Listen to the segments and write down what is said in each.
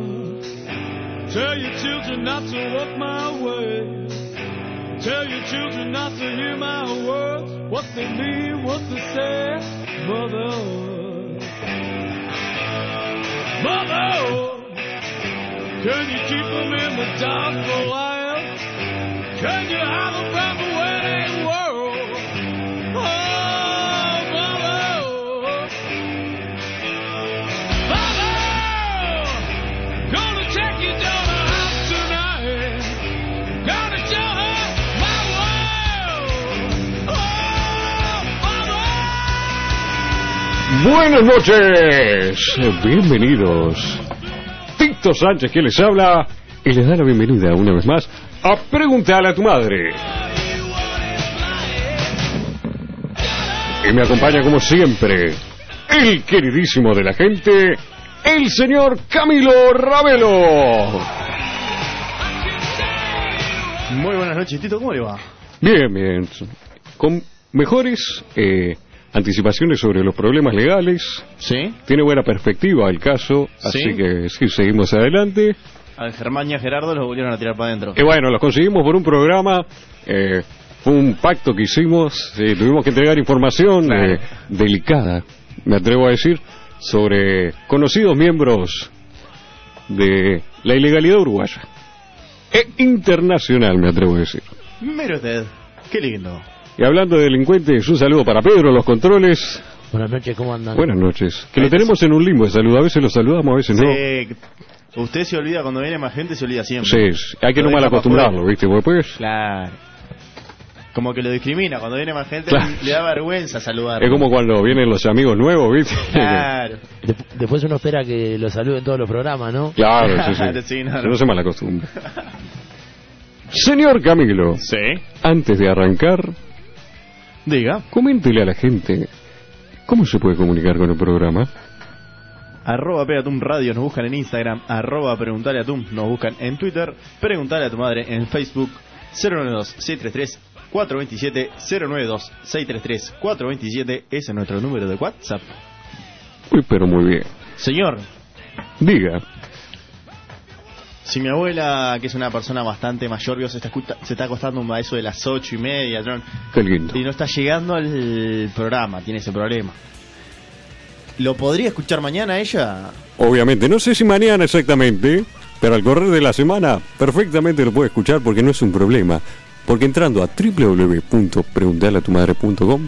Mother, tell your children not to walk my way. Tell your children not to hear my words, what they mean, what they say, mother. Mother, can you keep them in the dark for life? Can you hide them from the wedding world? Oh, mother. Mother, gonna take your daughter out tonight. Gonna show her my world. Oh, Buenas noches, bienvenidos. Tito Sánchez que les habla y les da la bienvenida una vez más a Preguntarle a tu madre. mother, you want it lying. Y me acompaña como siempre el queridísimo de la gente, el señor Camilo Ravelo. Muy buenas noches, Tito, ¿cómo le va? Bien, bien. Con mejores eh, anticipaciones sobre los problemas legales. ¿Sí? Tiene buena perspectiva el caso, así Sí. que sí, seguimos adelante. Al Germán y a Gerardo los volvieron a tirar para adentro. Y bueno, los conseguimos por un programa. eh, fue un pacto que hicimos. eh, tuvimos que entregar información Claro. eh, delicada, me atrevo a decir, sobre conocidos miembros de la ilegalidad uruguaya. E internacional, me atrevo a decir. Mire usted, qué lindo. Y hablando de delincuentes, un saludo para Pedro, los controles. Buenas noches, ¿cómo andan? Buenas noches. Que lo tenemos en un limbo de saludo. A veces lo saludamos, a veces no. Se- Usted se olvida cuando viene más gente, se olvida siempre. Sí, sí, hay que Lo no mal deja para acostumbrarlo, afuera. ¿viste? Porque pues, después Claro. Como que lo discrimina, cuando viene más gente Claro. le da vergüenza saludar. es como cuando vienen los amigos nuevos, ¿viste? Claro. Dep- después uno espera que lo saluden todos los programas, ¿no? Claro, sí, sí. Claro, sí, no, Yo no. no se mala costumbre. Señor Camilo, Sí. antes de arrancar, Diga. coméntele a la gente cómo se puede comunicar con el programa. Arroba Pegatum Radio nos buscan en Instagram, arroba Preguntale a Tum nos buscan en Twitter, Preguntale a tu madre en Facebook, 092-633-427, 092-633-427, ese es nuestro número de WhatsApp. Uy, pero muy bien. Señor, Diga, si mi abuela, que es una persona bastante mayor, vio, se está, escuta- se está acostando a eso de las ocho y media, John, qué lindo. y no está llegando al programa, tiene ese problema. ¿Lo podría escuchar mañana ella? Obviamente, no sé si mañana exactamente, pero al correr de la semana perfectamente lo puede escuchar porque no es un problema. Porque entrando a www.preguntalatumadre.com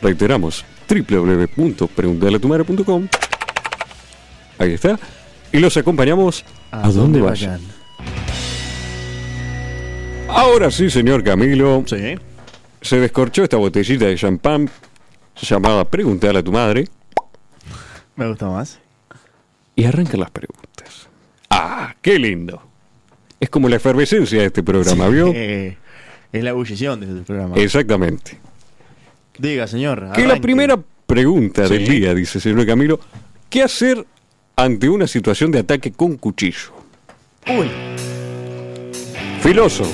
reiteramos www.preguntalatumadre.com ahí está y los acompañamos a, donde vayan. Ahora sí, señor Camilo, Sí. se descorchó esta botellita de champán llamada Preguntarle a tu madre. Me gusta más. Y arrancan las preguntas. ¡Ah, qué lindo! Es como la efervescencia de este programa, ¿vio? Eh, es la ebullición de este programa. Exactamente. Diga, señor. Eh, Que la arranque. primera pregunta del Sí. día, dice señor Camilo, ¿qué hacer ante una situación de ataque con cuchillo? Uy, Filoso.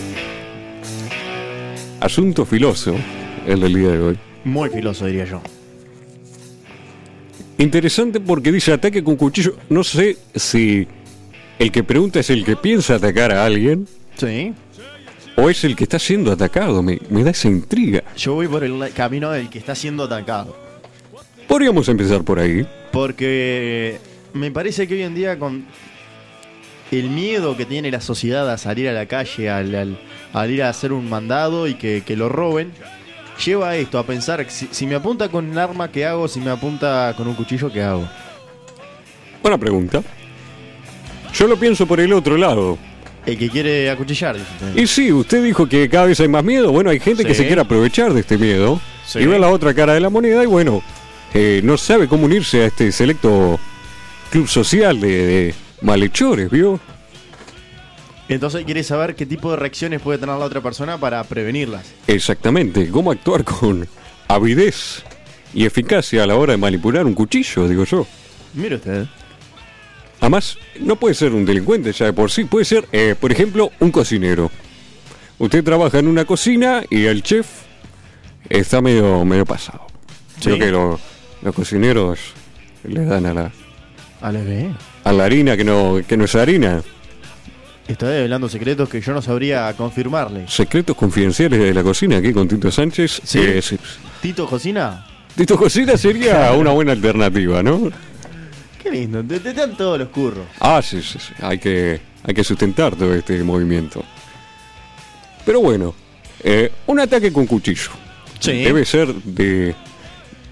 Asunto filoso, el del día de hoy. muy filoso, diría yo. Interesante porque dice ataque con cuchillo. No sé si el que pregunta es el que piensa atacar a alguien Sí. o es el que está siendo atacado. Me- me da esa intriga. Yo voy por el camino del que está siendo atacado. Podríamos empezar por ahí. Porque me parece que hoy en día con el miedo que tiene la sociedad a salir a la calle, al, al- al ir a hacer un mandado y que, que lo roben, lleva a esto, a pensar, si, si me apunta con un arma, ¿qué hago? Si me apunta con un cuchillo, ¿qué hago? Buena pregunta. Yo lo pienso por el otro lado. El que quiere acuchillar, dice usted. Y sí, usted dijo que cada vez hay más miedo. Bueno, hay gente que Sí. se quiere aprovechar de este miedo Sí. y ve la otra cara de la moneda y bueno, eh, no sabe cómo unirse a este selecto club social de, de malhechores, ¿vio? Entonces quiere saber qué tipo de reacciones puede tener la otra persona para prevenirlas. Exactamente. ¿Cómo actuar con avidez y eficacia a la hora de manipular un cuchillo, digo yo? Mire usted. Además, no puede ser un delincuente ya de por sí, puede ser, eh, por ejemplo, un cocinero. Usted trabaja en una cocina y el chef está medio, medio pasado. Sí. Creo que lo- los cocineros le dan a la, A la FBI. a la harina que no, que no es harina. Está develando secretos que yo no sabría confirmarle. Secretos confidenciales de la cocina aquí con Tito Sánchez. Sí. Eh, sí. ¿Tito cocina? Tito Cocina sería una buena alternativa, ¿no? Qué lindo, te, te dan todos los curros. Ah, sí, sí, sí. Hay que, hay que sustentar todo este movimiento. Pero bueno, eh, un ataque con cuchillo. Sí. Debe ser de,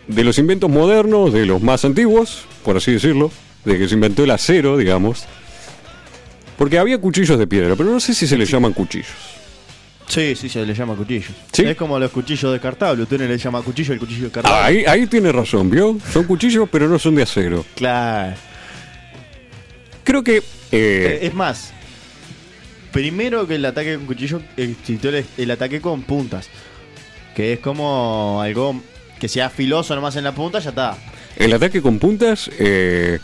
de los inventos modernos, de los más antiguos, por así decirlo, de que se inventó el acero, digamos. Porque había cuchillos de piedra, pero no sé si se les llaman cuchillos. Sí, sí, se le llama cuchillo. Sí. Es como los cuchillos descartables. Usted no le llama cuchillo el cuchillo Ah, descartable. ahí, ahí tiene razón, ¿vio? Son cuchillos, pero no son de acero. Claro. Creo que... Eh, eh, Es más, primero que el ataque con cuchillo eh, existió el, el ataque con puntas. Que es como algo que sea filoso nomás en la punta, ya está. el ataque con puntas eh,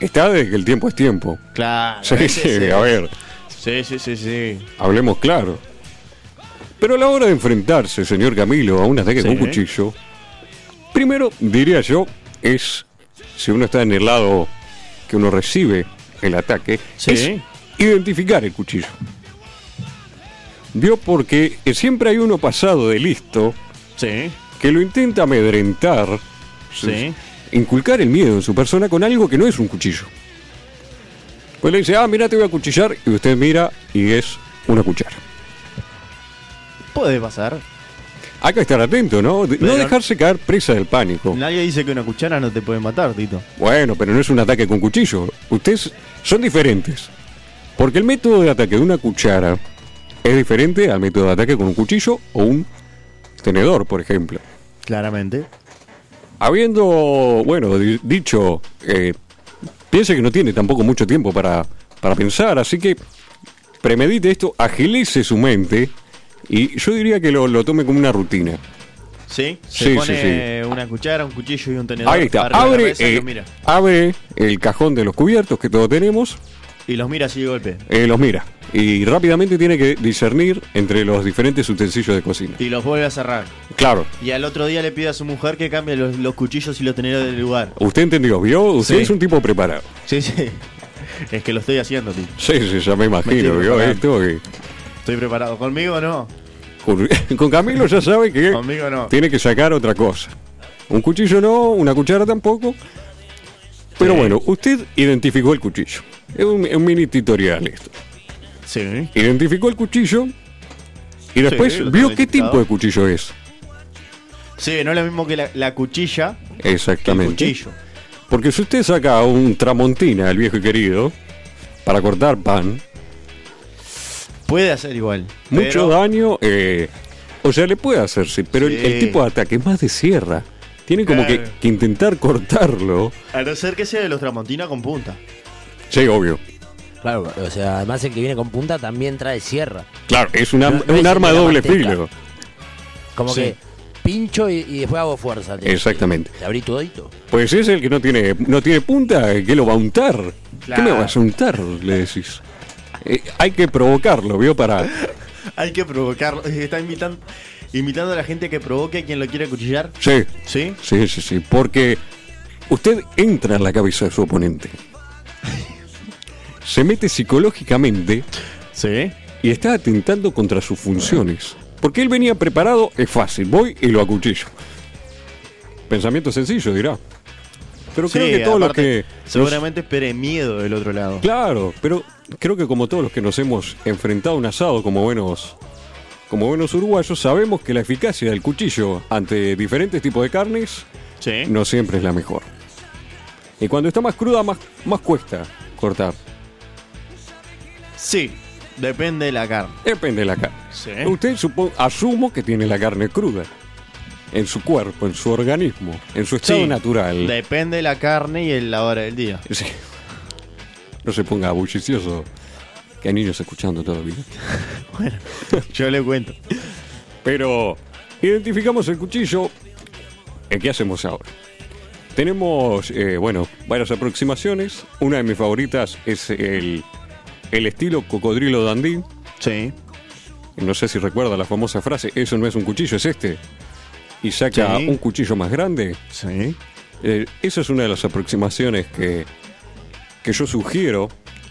está desde que el tiempo es tiempo. Claro. Sí, ese es sí, el- a ver. Sí, sí, sí, sí. Hablemos claro. Pero a la hora de enfrentarse, señor Camilo, a un ataque Sí. con cuchillo, primero, diría yo, es, si uno está en el lado que uno recibe el ataque, Sí. es identificar el cuchillo. Vio porque eh, siempre hay uno pasado de listo Sí. que lo intenta amedrentar, Sí. inculcar el miedo en su persona con algo que no es un cuchillo. Pues le dice, ah, mira, te voy a cuchillar, y usted mira y es una cuchara. Puede pasar. Hay que estar atento, ¿no? De- no Pero- dejarse caer presa del pánico. Nadie dice que una cuchara no te puede matar, Tito. Bueno, pero no es un ataque con cuchillo. Ustedes son diferentes. Porque el método de ataque de una cuchara es diferente al método de ataque con un cuchillo o un tenedor, por ejemplo. Claramente. Habiendo, bueno, di- dicho, eh, piense que no tiene tampoco mucho tiempo para, para pensar, así que premedite esto, agilice su mente y yo diría que lo, lo tome como una rutina. Sí, se Sí, pone sí, una cuchara, un cuchillo y un tenedor. Ahí está, arriba de la abre, mesa y eh, los mira. abre el cajón de los cubiertos que todos tenemos, Y los mira así de golpe. eh, los mira y rápidamente tiene que discernir entre los diferentes utensilios de cocina. Y los vuelve a cerrar. Claro, Y al otro día le pide a su mujer que cambie los, los cuchillos y los tenedores del lugar. usted entendió, vio, usted Sí. es un tipo preparado. Sí, sí. Es que lo estoy haciendo, Tito. Sí, sí, ya me imagino, estoy vio preparando. esto. eh. Estoy preparado. Conmigo no. Con- Con Camilo ya sabe que Conmigo no. tiene que sacar otra cosa. Un cuchillo no, una cuchara tampoco. Pero Sí. bueno, usted identificó el cuchillo. Es un, es un mini tutorial esto. Sí. Identificó el cuchillo y después lo vio tengo qué identificado. tipo de cuchillo es. Sí, no es lo mismo que la, la cuchilla que el Exactamente. cuchillo. Porque si usted saca un tramontina, el viejo y querido, para cortar pan, Puede hacer igual. mucho pero- daño, eh, o sea, le puede hacer, sí, pero el, Sí. el tipo de ataque es más de sierra. Tiene como que- Claro. que intentar cortarlo. A no ser que sea de los tramontina con punta. Sí, obvio. Claro, o sea, además el que viene con punta también trae sierra. Claro, es una- No, no un es arma de la doble manteca. filo. Como Sí. que pincho y, y después hago fuerza. Te- Exactamente. Te abrí tu oído. Pues si es el que no tiene, no tiene punta, ¿qué lo va a untar? ¿Qué Claro. lo vas a untar? Le decís. Eh, hay que provocarlo, ¿vio? Para. Hay que provocarlo. Está invitando, invitando a la gente que provoque a quien lo quiera cuchillar. Sí, ¿Sí? sí, sí, sí. Porque usted entra en la cabeza de su oponente. Se mete psicológicamente Sí. y está atentando contra sus funciones. Porque él venía preparado, es fácil, voy y lo acuchillo. Pensamiento sencillo, dirá. Pero creo que todos los que. aparte, nos- Seguramente espere miedo del otro lado. Claro, pero creo que como todos los que nos hemos enfrentado a un asado como buenos, como buenos uruguayos, sabemos que la eficacia del cuchillo ante diferentes tipos de carnes Sí. no siempre es la mejor. Y cuando está más cruda, más, más cuesta cortar. Sí. Depende de la carne. Depende de la carne. Sí. Usted supo- asumo que tiene la carne cruda. En su cuerpo, en su organismo, en su estado natural. Depende de la carne y el- la hora del día. Sí. No se ponga bullicioso. Que hay niños escuchando todavía. Yo le cuento. Pero identificamos el cuchillo. ¿Eh, ¿Qué hacemos ahora? Tenemos, eh, bueno, varias aproximaciones. Una de mis favoritas es el, el estilo cocodrilo dandí. Sí. No sé si recuerda la famosa frase, eso no es un cuchillo, es este. Y saca Sí. un cuchillo más grande. Sí. Eh, esa es una de las aproximaciones que, que yo sugiero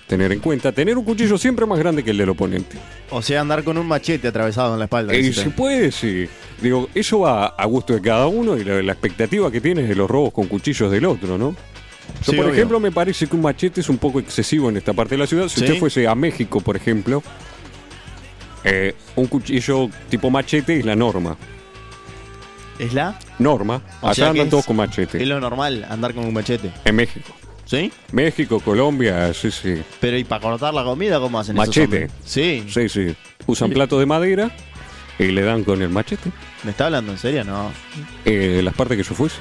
tener en cuenta, tener un cuchillo siempre más grande que el del oponente. O sea, andar con un machete atravesado en la espalda. Y dice se usted. puede, sí. Digo, eso va a gusto de cada uno y la, la expectativa que tienes de los robos con cuchillos del otro, ¿no? Yo, Sí, por obvio. ejemplo, me parece que un machete es un poco excesivo en esta parte de la ciudad. Si Sí. usted fuese a México, por ejemplo, eh, un cuchillo tipo machete es la norma. ¿Es la? Norma. O sea Allá que andan es- todos con machete. Es lo normal, andar con un machete. En México. ¿Sí? México, Colombia, sí, sí. Pero ¿y para cortar la comida cómo hacen esos Machete. hombres? Sí. Sí, sí. Usan platos de madera y le dan con el machete. ¿Me está hablando en serio? No. Eh, las partes que yo fuese.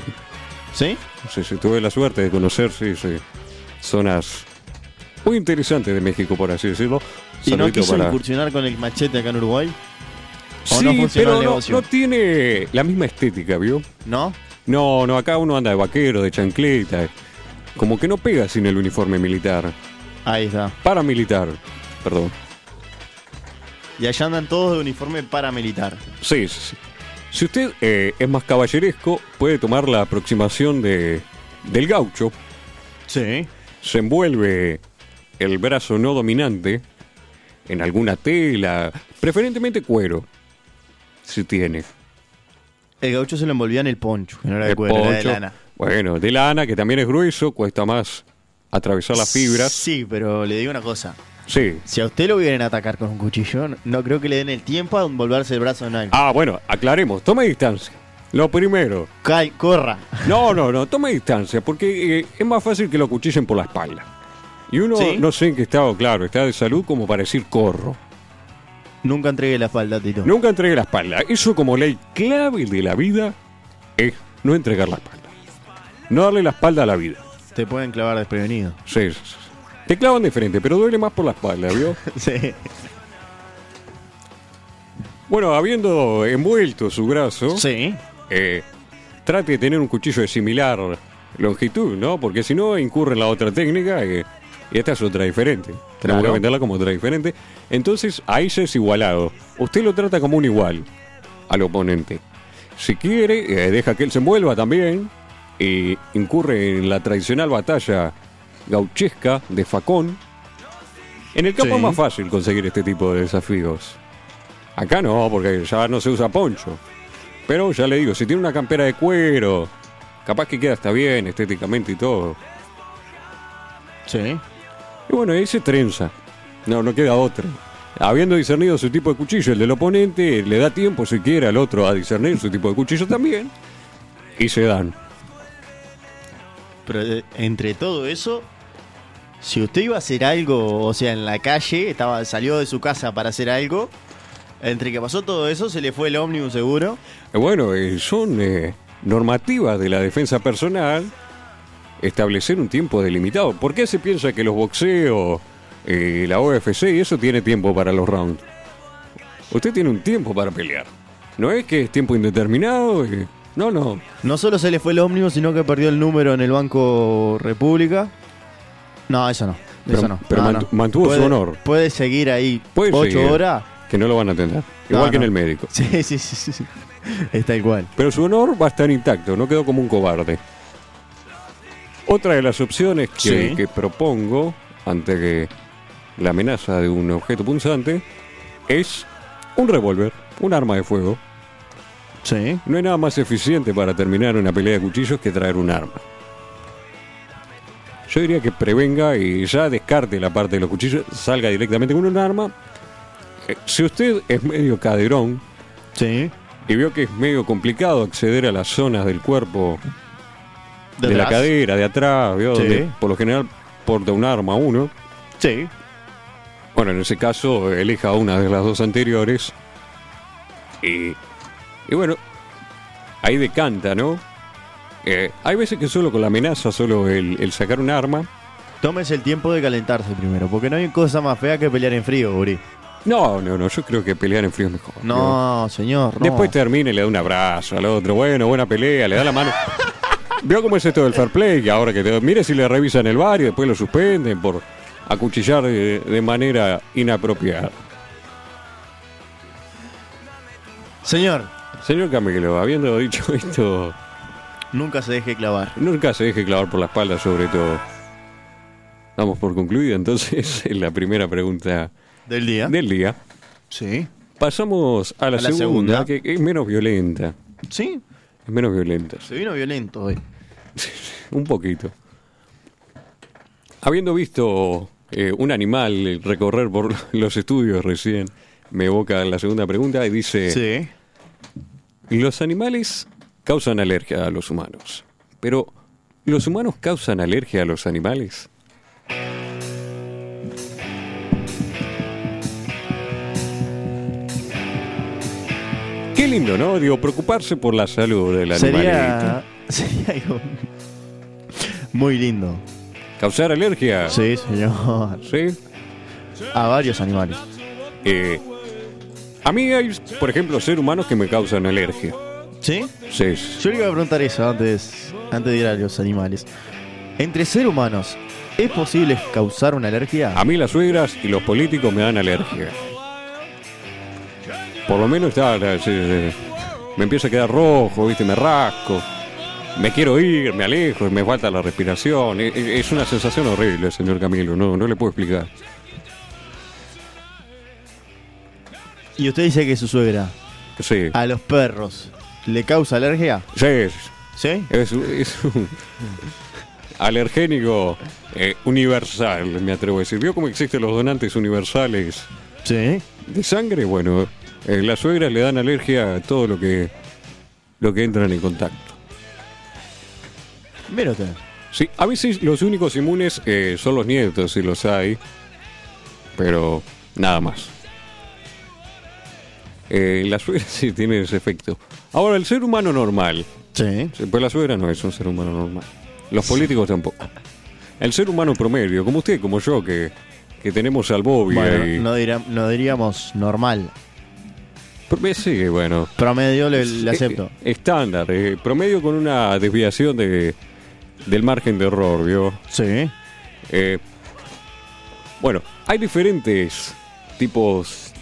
¿Sí? Sí, sí, tuve la suerte de conocer, sí, sí. Zonas muy interesantes de México, por así decirlo. ¿Y no Saludito quiso para- incursionar con el machete acá en Uruguay? ¿O Sí, no funcionó pero el no- negocio? No, tiene la misma estética, ¿vio? ¿No? No, no, acá uno anda de vaquero, de chancleta. eh. Como que no pega sin el uniforme militar. Ahí está. Paramilitar, perdón. Y allá andan todos de uniforme paramilitar. Sí, sí, sí. Si usted eh, es más caballeresco, puede tomar la aproximación de, del gaucho. Sí. Se envuelve el brazo no dominante en alguna tela, preferentemente cuero, si tiene. El gaucho se lo envolvía en el poncho, que no era de El cuero, era de poncho. lana. Bueno, de lana, que también es grueso, cuesta más atravesar las fibras. Sí, pero le digo una cosa. Sí. Si a usted lo vienen a atacar con un cuchillo, no- no creo que le den el tiempo a envolverse el brazo en algo. Ah, bueno, aclaremos, tome distancia. Lo primero. Cal- corra. No, no, no, tome distancia, porque eh, es más fácil que lo cuchillen por la espalda. Y uno, ¿Sí? no sé en qué estado, claro, está de salud como para decir corro. Nunca entregue la espalda, Tito. Nunca entregue la espalda. Eso como ley clave de la vida es no entregar la espalda. No darle la espalda a la vida. Te pueden clavar desprevenido. Sí, sí, sí. Te clavan de frente, pero duele más por la espalda, ¿vio? sí. Bueno, habiendo envuelto su brazo, ¿Oh? Sí. eh, trate de tener un cuchillo de similar longitud, ¿no? Porque si no, incurre en la otra técnica eh, y esta es otra diferente. Tenemos Claro. que venderla como otra diferente. Entonces, ahí ya es igualado. Usted lo trata como un igual al oponente. Si quiere, eh, deja que él se envuelva también y incurre en la tradicional batalla gauchesca de facón. En el campo Sí. es más fácil conseguir este tipo de desafíos. Acá no, porque ya no se usa poncho. Pero ya le digo, si tiene una campera de cuero, capaz que queda hasta bien estéticamente y todo. Sí. Y bueno, ahí se trenza. No, no queda otra. Habiendo discernido su tipo de cuchillo, el del oponente le da tiempo si quiere al otro a discernir su tipo de cuchillo también. Y se dan. Pero eh, entre todo eso, si usted iba a hacer algo, o sea, en la calle, estaba salió de su casa para hacer algo, entre que pasó todo eso, se le fue el ómnibus seguro. Eh, Bueno, eh, son eh, normativas de la defensa personal establecer un tiempo delimitado. ¿Por qué se piensa que los boxeos, eh, la OFC y eso tiene tiempo para los rounds? Usted tiene un tiempo para pelear. No es que es tiempo indeterminado. eh, no, no. No solo se le fue el ómnibus, sino que perdió el número en el Banco República. No, eso no. Pero- eso no. pero No, mantu- no. mantuvo su Puede- honor. Puede seguir ahí Puede ocho seguir. horas. Que no lo van a atender. Igual No, que en no. el médico. Sí, sí, sí, sí, sí. Es tal cual. Pero su honor va a estar intacto, no quedó como un cobarde. Otra de las opciones que, Sí. que propongo ante que la amenaza de un objeto punzante es un revólver, un arma de fuego. Sí. No hay nada más eficiente para terminar una pelea de cuchillos que traer un arma. Yo diría que prevenga y ya descarte la parte de los cuchillos, salga directamente con un arma. Eh, Si usted es medio caderón, Sí. y vio que es medio complicado acceder a las zonas del cuerpo, de, la atrás. cadera, de atrás, vio, Sí. donde por lo general porta un arma uno. Sí. Bueno, en ese caso, elija una de las dos anteriores. Y, y bueno, ahí decanta, ¿no? Eh, hay veces que solo con la amenaza, solo el, el sacar un arma. Tómese el tiempo de calentarse primero, porque no hay cosa más fea que pelear en frío, Uri. No, no, no, yo creo que pelear en frío es mejor. ¿no? No, señor, no. Después termina y le da un abrazo al otro. Bueno, buena pelea, le da la mano. Veo cómo es esto del fair play, que ahora que te... Mire si le revisan el bar y después lo suspenden por acuchillar de, de manera inapropiada. Señor, Señor Camilo, habiendo dicho esto, nunca se deje clavar. nunca se deje clavar por la espalda sobre todo. Damos por concluida entonces la primera pregunta Del día. del día. Sí. Pasamos a la, A la segunda, segunda. que es menos violenta. Sí. Es menos violenta. Se vino violento hoy. Un poquito. Habiendo visto eh, un animal recorrer por los estudios recién, me evoca la segunda pregunta y dice, Sí. los animales causan alergia a los humanos, pero ¿los humanos causan alergia a los animales? Qué lindo, ¿no? Digo, preocuparse por la salud del animal. Sería, sería algo muy lindo. Causar alergia. Sí, señor. Sí. A varios animales. Eh, a mí hay, por ejemplo, seres humanos que me causan alergia. ¿Sí? Sí, sí. Yo le iba a preguntar eso antes, antes de ir a los animales. Entre ser humanos, ¿es posible causar una alergia? A mí las suegras y los políticos me dan alergia. Por lo menos está, está, sí, sí. me empieza a quedar rojo, ¿viste? me rasco. Me quiero ir, me alejo, me falta la respiración. E- e- Es una sensación horrible, señor Camilo. No, no le puedo explicar. Y usted dice que su suegra Sí, a los perros le causa alergia. sí, sí. ¿Sí? Es, un- es un alergénico eh, universal, me atrevo a decir. ¿Vio cómo existen los donantes universales Sí. de sangre? Bueno, eh, las suegras le dan alergia a todo lo que, lo que entran en contacto. Mira usted. Sí, a veces los únicos inmunes eh, son los nietos, si los hay, pero nada más. Eh, la suegra sí tiene ese efecto. Ahora, el ser humano normal, Sí. Sí, Pues la suegra no es un ser humano normal. Los políticos tampoco. El ser humano promedio, como usted, como yo, que, que tenemos al Bobby Bueno, ahí. no, dirá- no diríamos normal. Pero, eh, sí, bueno. Promedio le, le Eh, acepto. eh, estándar, eh, promedio con una desviación de, del margen de error, ¿vio? Sí. Eh, bueno, hay diferentes tipos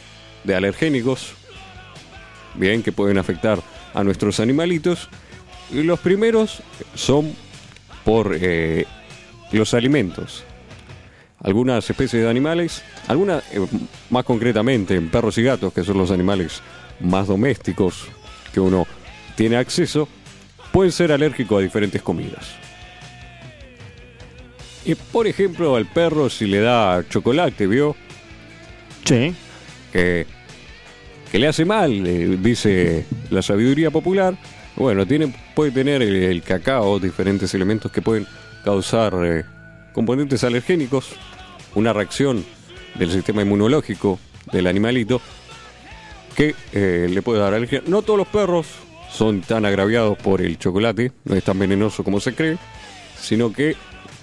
de alergénicos, bien, que pueden afectar a nuestros animalitos. Y Los primeros son por eh, los alimentos. Algunas especies de animales, algunas eh, más concretamente en perros y gatos, que son los animales más domésticos que uno tiene acceso, pueden ser alérgicos a diferentes comidas. Y por ejemplo, al perro si le da chocolate, ¿vio? Sí. Que, que le hace mal, eh, dice la sabiduría popular. Bueno, tiene, puede tener el, el cacao, diferentes elementos que pueden causar eh, componentes alergénicos, una reacción del sistema inmunológico del animalito que eh, le puede dar alergia. No todos los perros son tan agraviados por el chocolate, no es tan venenoso como se cree, sino que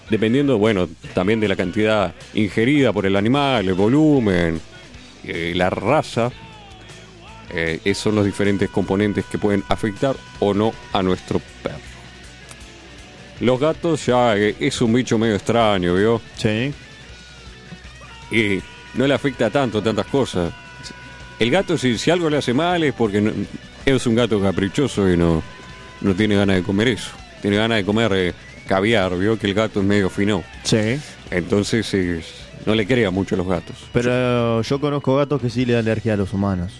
dependiendo, bueno, también de la cantidad ingerida por el animal, el volumen, eh, la raza, eh, esos son los diferentes componentes que pueden afectar o no a nuestro perro. Los gatos ya eh, es un bicho medio extraño, ¿vio? Sí. y no le afecta tanto tantas cosas. El gato si, si algo le hace mal es porque no- es un gato caprichoso y no, no tiene ganas de comer eso. Tiene ganas de comer eh, caviar, vio que el gato es medio fino. Sí. Entonces eh, no le crea mucho a los gatos. Pero yo conozco gatos que sí le dan alergia a los humanos.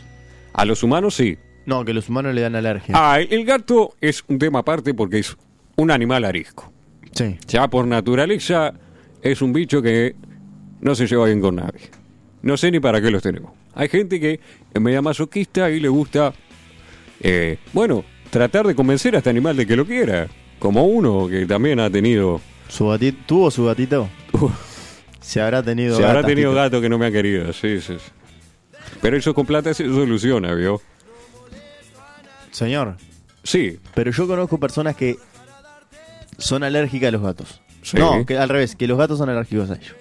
A los humanos sí. No, que los humanos le dan alergia. Ah, el- el gato es un tema aparte porque es un animal arisco. Sí. Ya por naturaleza es un bicho que no se lleva bien con nadie. No sé ni para qué los tenemos. Hay gente que es media masoquista y le gusta, eh, bueno, tratar de convencer a este animal de que lo quiera. Como uno que también ha tenido, Su gatito, ¿Tuvo su gatito? Se habrá tenido Uh. se habrá gatas, tenido Tito. gato que no me ha querido, sí, sí. sí. Pero eso con plata se soluciona, ¿vio? Señor, Sí, pero yo conozco personas que son alérgicas a los gatos. Sí. No, que al revés, que los gatos son alérgicos a ellos.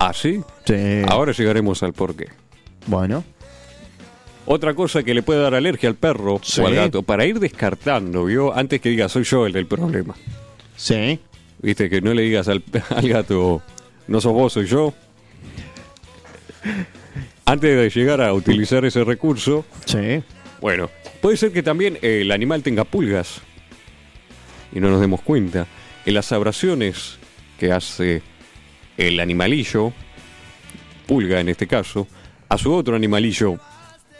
así. Sí. Ahora llegaremos al porqué. Bueno. Otra cosa que le puede dar alergia al perro Sí. o al gato, para ir descartando, ¿vio? Antes que diga, soy yo el del problema. Sí. Viste, que no le digas al, al gato, no sos vos, soy yo. Antes de llegar a utilizar ese recurso, Sí. bueno, puede ser que también eh, el animal tenga pulgas y no nos demos cuenta. En las abrasiones que hace el animalillo, pulga en este caso, a su otro animalillo,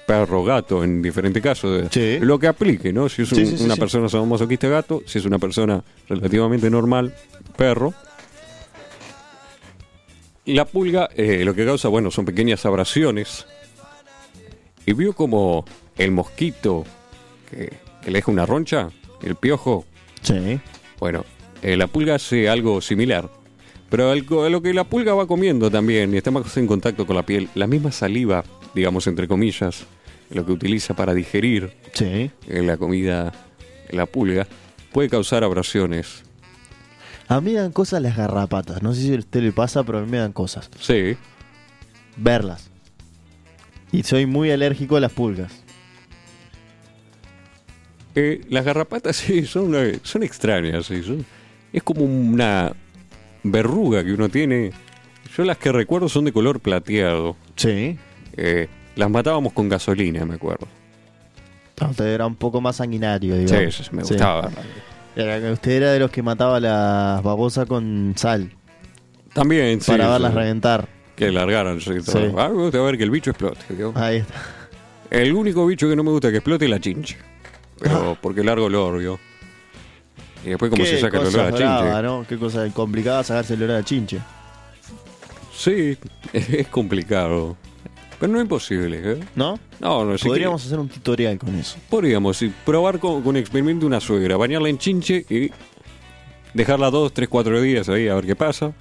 perro, gato, en diferente caso, Sí. lo que aplique, ¿no? Si es Sí, un- sí, sí, una sí. persona sadomasoquista, gato, si es una persona relativamente normal, perro. La pulga eh, lo que causa, bueno, son pequeñas abrasiones. Y vio como el mosquito que, que le deja una roncha, el piojo, Sí. bueno, eh, la pulga hace algo similar. Pero al co- lo que la pulga va comiendo también y está más en contacto con la piel, la misma saliva, digamos entre comillas, lo que utiliza para digerir Sí. eh, la comida, la pulga, puede causar abrasiones. A mí me dan cosas las garrapatas. No sé si a usted le pasa, pero a mí me dan cosas. Sí, Verlas. Y soy muy alérgico a las pulgas. Eh, las garrapatas sí, son, una- son extrañas. sí, son- es como una verruga que uno tiene. Yo las que recuerdo son de color plateado. Sí. Eh, las matábamos con gasolina, me acuerdo. Usted era un poco más sanguinario, Sí, digamos. sí, sí, me gustaba. Era- usted era de los que mataba las babosas con sal También, sí. para sí, verlas reventar. Que largaran, sí. todo. Sí. Ah. Ah, me gusta ver que el bicho explote. ¿vio? Ahí está. El único bicho que no me gusta que explote es la chinche. Pero porque largo el orbio. Y después como Ah. Qué se saca el olor cosa a la chinche. brava, ¿no? Qué cosa complicada sacarse el olor a chinche. Sí, es complicado. Pero no es imposible, ¿eh? ¿No? No, no, sí que- Podríamos hacer un tutorial con eso. Podríamos sí, probar con, con experimento una suegra, bañarla en chinche y dejarla dos, tres, cuatro días ahí a ver qué pasa.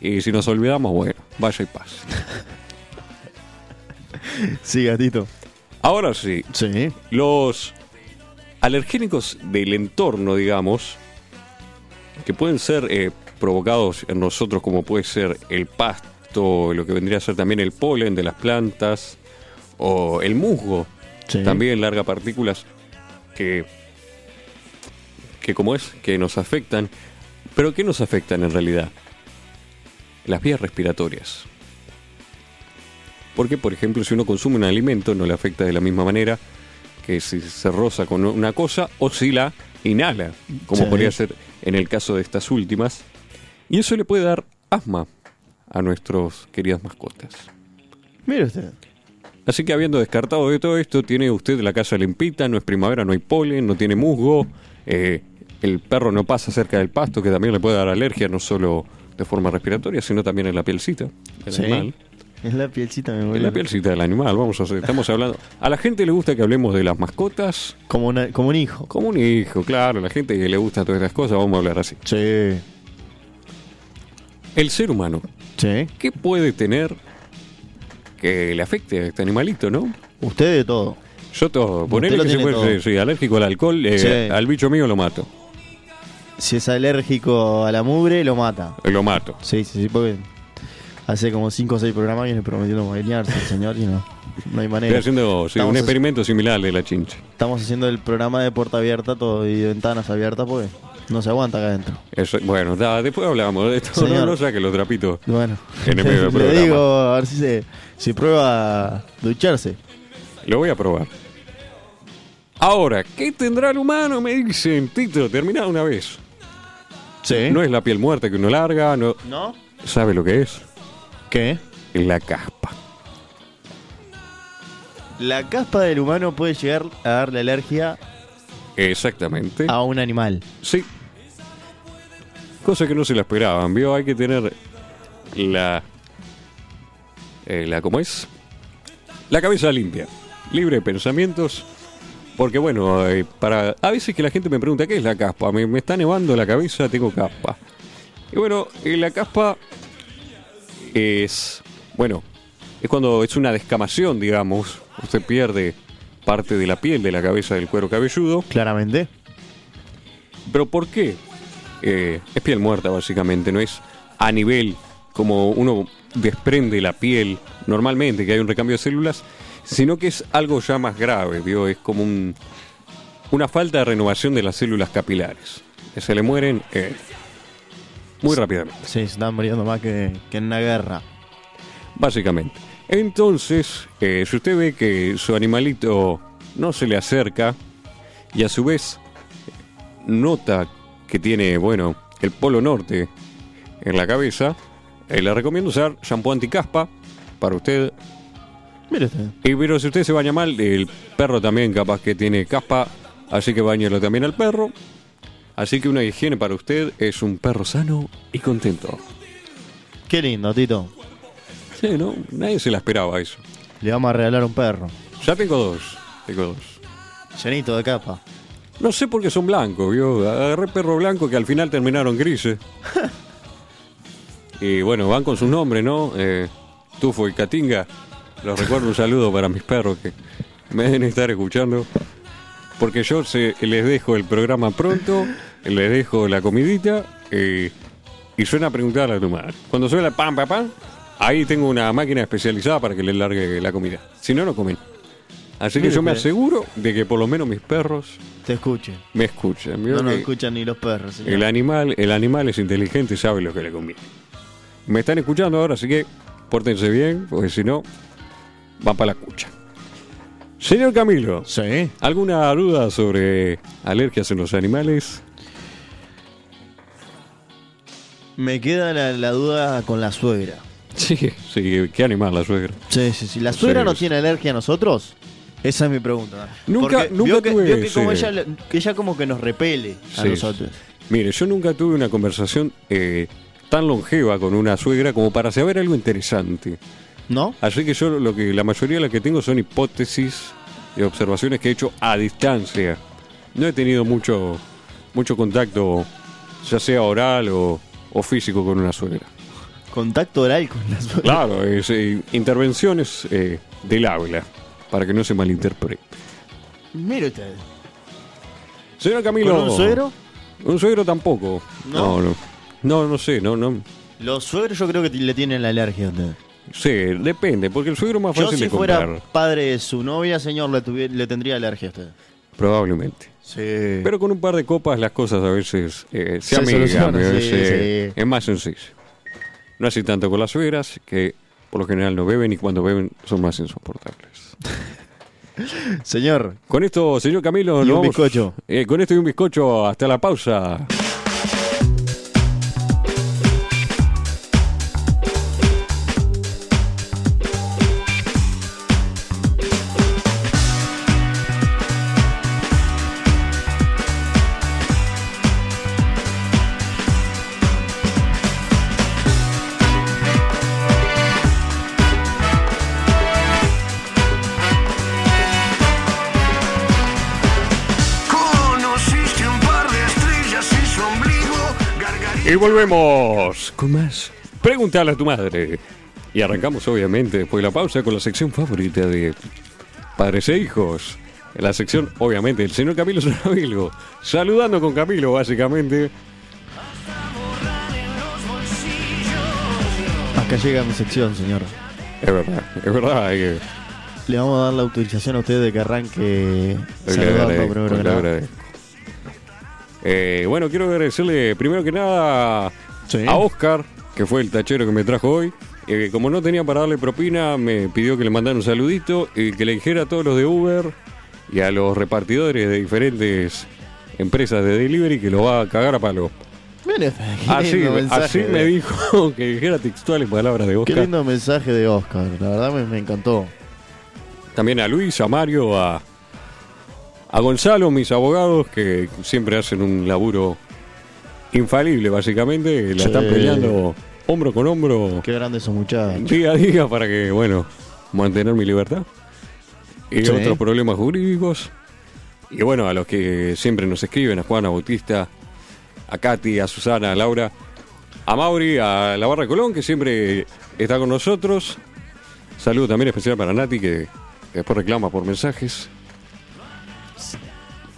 Y si nos olvidamos, bueno, vaya y pase. Sí, gatito. Ahora sí, Sí. los alergénicos del entorno, digamos, que pueden ser eh, provocados en nosotros, como puede ser el pasto, lo que vendría a ser también el polen de las plantas, o el musgo, Sí. también larga partículas que, que como es, que nos afectan. ¿Pero qué nos afectan en realidad? Las vías respiratorias. Porque, por ejemplo, si uno consume un alimento, no le afecta de la misma manera que si se roza con una cosa o si la inhala, como Sí. podría ser en el caso de estas últimas. Y eso le puede dar asma a nuestros queridas mascotas. Mire usted. Así que habiendo descartado de todo esto, tiene usted la casa limpita, no es primavera, no hay polen, no tiene musgo, eh, el perro no pasa cerca del pasto, que también le puede dar alergia, no solo de forma respiratoria, sino también en la pielcita del Sí. animal. Es la pielcita, me En vuelve. la pielcita del animal, vamos a hacer, estamos hablando. A la gente le gusta que hablemos de las mascotas Como, una- como un hijo. como un hijo, claro, a la gente que le gusta todas estas cosas, vamos a hablar así. Sí. El ser humano, Sí. ¿qué puede tener que le afecte a este animalito, no? Usted de todo. Yo todo, ponele lo que se fue, tiene todo. sí, sí, alérgico al alcohol, eh, Sí. al bicho mío lo mato. Si es alérgico a la mugre, lo mata. Lo mato. Sí, sí, sí, porque hace como 5 o 6 programas viene prometiendo bañarse el señor y no. No hay manera. Estoy haciendo sí, un Estamos- experimento similar al de la chinche. Estamos haciendo el programa de puerta abierta todo y de ventanas abiertas porque no se aguanta acá adentro. Eso- bueno, da, después hablamos de esto. Señor. No lo saque los trapitos. Bueno, Enemigo del le programa. digo a ver si se si prueba ducharse. Lo voy a probar. Ahora, ¿qué tendrá el humano? Me dicen, Tito, termina una vez. Sí. No es la piel muerta que uno larga, no. ¿No? ¿Sabe lo que es? ¿Qué? La caspa. La caspa del humano puede llegar a darle alergia Exactamente. a un animal. Sí. Cosa que no se la esperaban, ¿vio? Hay que tener la. eh, la ¿Cómo es? La cabeza limpia, libre de pensamientos. Porque bueno, eh, para a veces que la gente me pregunta, ¿qué es la caspa? Me, me está nevando la cabeza, tengo caspa. Y bueno, eh, la caspa es. Bueno, es cuando es una descamación, digamos. Usted pierde parte de la piel de la cabeza del cuero cabelludo. Claramente. ¿Pero por qué? Eh, es piel muerta, básicamente, no es a nivel como uno desprende la piel normalmente, que hay un recambio de células, sino que es algo ya más grave, ¿vio? Es como un- una falta de renovación de las células capilares. Que se le mueren eh, muy rápidamente, Sí, se están muriendo más que, que en una guerra. básicamente. Entonces, eh, si usted ve que su animalito no se le acerca y a su vez nota que tiene, bueno, el polo norte en la cabeza, Eh, le recomiendo usar shampoo anticaspa para usted. Mire usted. Y pero si usted se baña mal, el perro también capaz que tiene caspa, así que bañelo también al perro. Así que una higiene para usted es un perro sano y contento. Qué lindo, Tito. Sí, ¿no? Nadie se la esperaba eso. Le vamos a regalar un perro. Ya tengo dos. Tengo dos. Llenito de capa. No sé por qué son blancos, ¿vio? Agarré perro blanco que al final terminaron grises. y bueno, van con sus nombres, ¿no? Eh, Tufo y Catinga. Los recuerdo un saludo para mis perros que me deben estar escuchando. Porque yo se- les dejo el programa pronto, les dejo la comidita eh, y suena a preguntar a tu madre. Cuando suena pam, pam, pam, ahí tengo una máquina especializada para que les largue la comida. Si no, no comen. Así que Mire yo me usted. aseguro de que por lo menos mis perros Te escuche. me escuchan. ¿vio? No nos Que escuchan ni los perros, señor. el, animal, el animal es inteligente y sabe lo que le conviene. Me están escuchando ahora, así que pórtense bien, porque si no, van para la cucha. Señor Camilo, Sí. ¿alguna duda sobre alergias en los animales? Me queda la, la duda con la suegra. Sí. Sí, qué animal la suegra. Sí, sí, sí. ¿La suegra Sí, no sí. tiene alergia a nosotros? Esa es mi pregunta. Nunca- Porque nunca vio que, tuve, vio que como sí. ella, le- que ella como que nos repele a Sí, nosotros. sí. Mire, yo nunca tuve una conversación eh, tan longeva con una suegra como para saber algo interesante. ¿No? Así que yo lo que la mayoría de las que tengo son hipótesis y observaciones que he hecho a distancia. No he tenido mucho mucho contacto, ya sea oral o, o físico, con una suegra. Contacto oral con la suegra. Claro, es, eh, intervenciones eh, del habla, para que no se malinterprete. Mire usted. Señor ¿Con Camilo. un suegro? Un suegro tampoco. No, No. no, no, no sé, no, no. Los suegros yo creo que t- le tienen la alergia a usted. Sí, depende, porque el suegro es más Yo fácil si de contar. fuera padre de su novia, señor, le, tuvi- le tendría alergia a usted. Probablemente. Sí. Pero con un par de copas las cosas a veces eh, se, Se amigan, solucionan, ¿no? sí, Se- sí. es más sencillo. No así tanto con las suegras, que por lo general no beben y cuando beben son más insoportables. Señor, Con esto, señor Camilo, nos Y un vamos- bizcocho. Eh, con esto y un bizcocho, hasta la pausa. Conociste un par de estrellas y su ombligo, gargarito. Y volvemos con más. Pregúntale a tu madre. Y arrancamos, obviamente, después de la pausa, con la sección favorita de Padres e Hijos. La sección, obviamente, del señor Camilo Sonavilgo. Saludando con Camilo, básicamente. acá llega mi sección, señor. Es verdad, es verdad. eh, Le vamos a dar la autorización a usted de que arranque le saludando agradezco, primero que le nada. agradezco. Eh, bueno, quiero agradecerle primero que nada Sí. a Oscar, que fue el tachero que me trajo hoy. Eh, como no tenía para darle propina, me pidió que le mandara un saludito y que le dijera a todos los de Uber y a los repartidores de diferentes empresas de delivery que lo va a cagar a palo. Mire, qué Así, lindo mensaje así de- me dijo que dijera textuales palabras de Qué Oscar. lindo mensaje de Oscar, la verdad me, me encantó. También a Luis, a Mario, a, a Gonzalo, mis abogados, que siempre hacen un laburo infalible, básicamente. La Sí. están peleando hombro con hombro, Qué grande esos muchachos. día a día, para que, bueno, mantener mi libertad. Y Sí. otros problemas jurídicos. Y bueno, a los que siempre nos escriben, a Juana Bautista, a Katy, a Susana, a Laura, a Mauri, a la Barra Colón, que siempre está con nosotros. Saludo también especial para Nati, que después reclama por mensajes.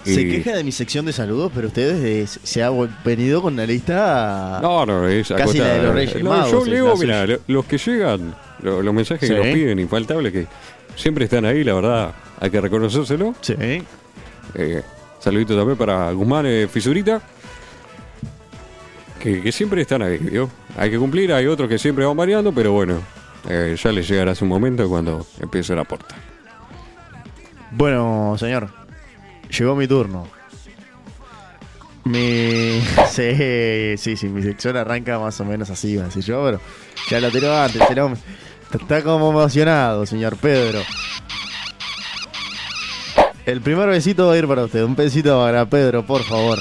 Se Y- queja de mi sección de saludos, pero ustedes eh, se- se ha vol- venido con una lista... No, no, es Ah. Casi acotada. eh. la de los Reyes No, Magos, Yo es leo, la suya. mira, los que llegan, lo- los mensajes Sí. que nos piden, infaltables, que siempre están ahí, la verdad, hay que reconocérselo. Sí. Eh, saludito también para Guzmán eh, Fisurita. Que, que siempre están ahí, ¿vio? Hay que cumplir, hay otros que siempre van variando, pero bueno, eh, ya les llegará su momento cuando empiece la puerta. Bueno, señor, llegó mi turno. Mi. Sí, sí, sí, mi sección arranca más o menos así, iba a decir yo, pero. Ya lo tiró antes, se lo- Está como emocionado, señor Pedro. El primer besito va a ir para usted. Un besito para Pedro, por favor.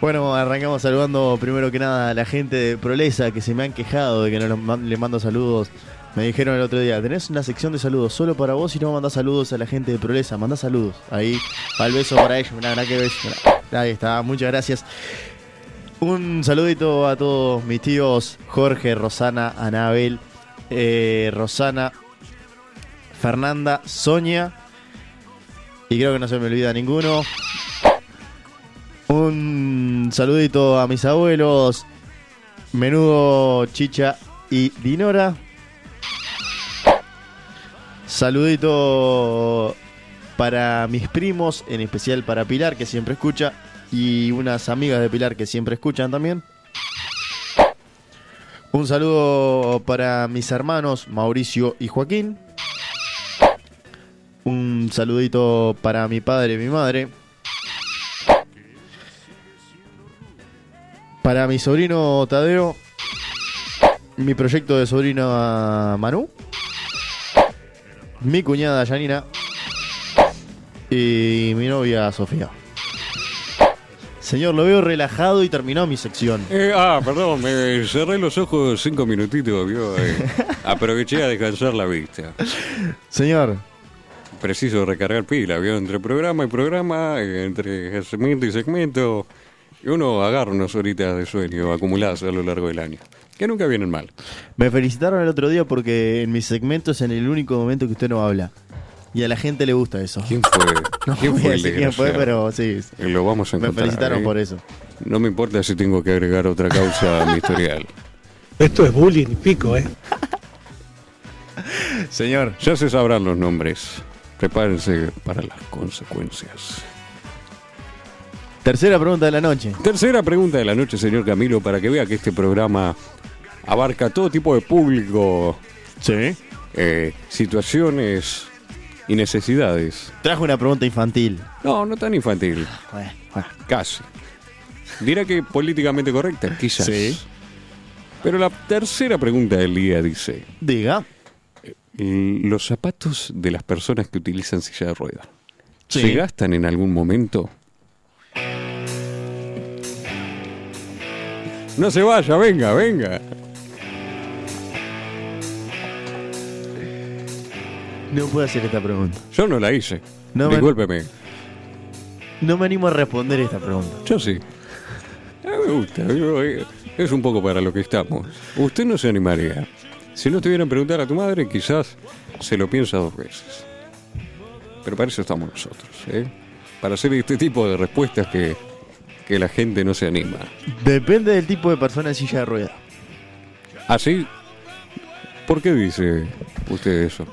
Bueno, arrancamos saludando primero que nada a la gente de Proleza que se me han quejado de que no los man- le mando saludos. Me dijeron el otro día, tenés una sección de saludos solo para vos y no mandás saludos a la gente de Proleza. Mandá saludos. Ahí, al beso para ellos. Mirá, mirá qué beso. mirá. Ahí está, muchas gracias. Un saludito a todos mis tíos Jorge, Rosana, Anabel, eh, Rosana, Fernanda, Sonia. Y creo que no se me olvida ninguno. Un saludito a mis abuelos. Menudo, Chicha y Dinora. Saludito para mis primos, en especial para Pilar, que siempre escucha. Y unas amigas de Pilar que siempre escuchan también. Un saludo para mis hermanos Mauricio y Joaquín. Un saludito para mi padre y mi madre. Para mi sobrino Tadeo. Mi proyecto de sobrina Manu. Mi cuñada Janina. Y mi novia Sofía. Señor, lo veo relajado y terminó mi sección. Eh, ah, perdón, me cerré los ojos cinco minutitos, vio. eh. aproveché a descansar la vista. Señor, Preciso recargar pila, vio. Entre programa y programa, eh, entre segmento y segmento, y uno agarra unas horitas de sueño acumuladas a lo largo del año, que nunca vienen mal. me felicitaron el otro día porque en mis segmentos es en el único momento que usted no habla. Y a la gente le gusta eso. ¿Quién fue? No ¿Quién voy a fue el decir quién fue, desgraciado? pero sí. Eh, Lo vamos a Me encontrar. felicitaron eh. por eso. No me importa si tengo que agregar otra causa a mi historial. Esto es bullying y pico, ¿eh? Señor. Ya se sabrán los nombres. Prepárense para las consecuencias. Tercera pregunta de la noche. Tercera pregunta de la noche, señor Camilo, para que vea que este programa abarca todo tipo de público, Sí. eh, situaciones y necesidades. Trajo una pregunta infantil. No, no tan infantil, casi. Dirá que políticamente correcta, quizás. Sí. Pero la tercera pregunta del día dice, Diga. ¿los zapatos de las personas que utilizan silla de ruedas Sí. se gastan en algún momento? No se vaya, venga, venga. No puedo hacer esta pregunta. Yo no la hice. No, me- Discúlpeme. No me animo a responder esta pregunta. Yo sí. A mí me gusta. yo, eh, Es un poco para lo que estamos. Usted no se animaría. Si no te hubieran preguntar a tu madre, quizás se lo piensa dos veces. Pero para eso estamos nosotros, ¿eh? Para hacer este tipo de respuestas que, que la gente no se anima. Depende del tipo de persona en silla de rueda. Así, ¿Ah, ¿por qué dice usted eso?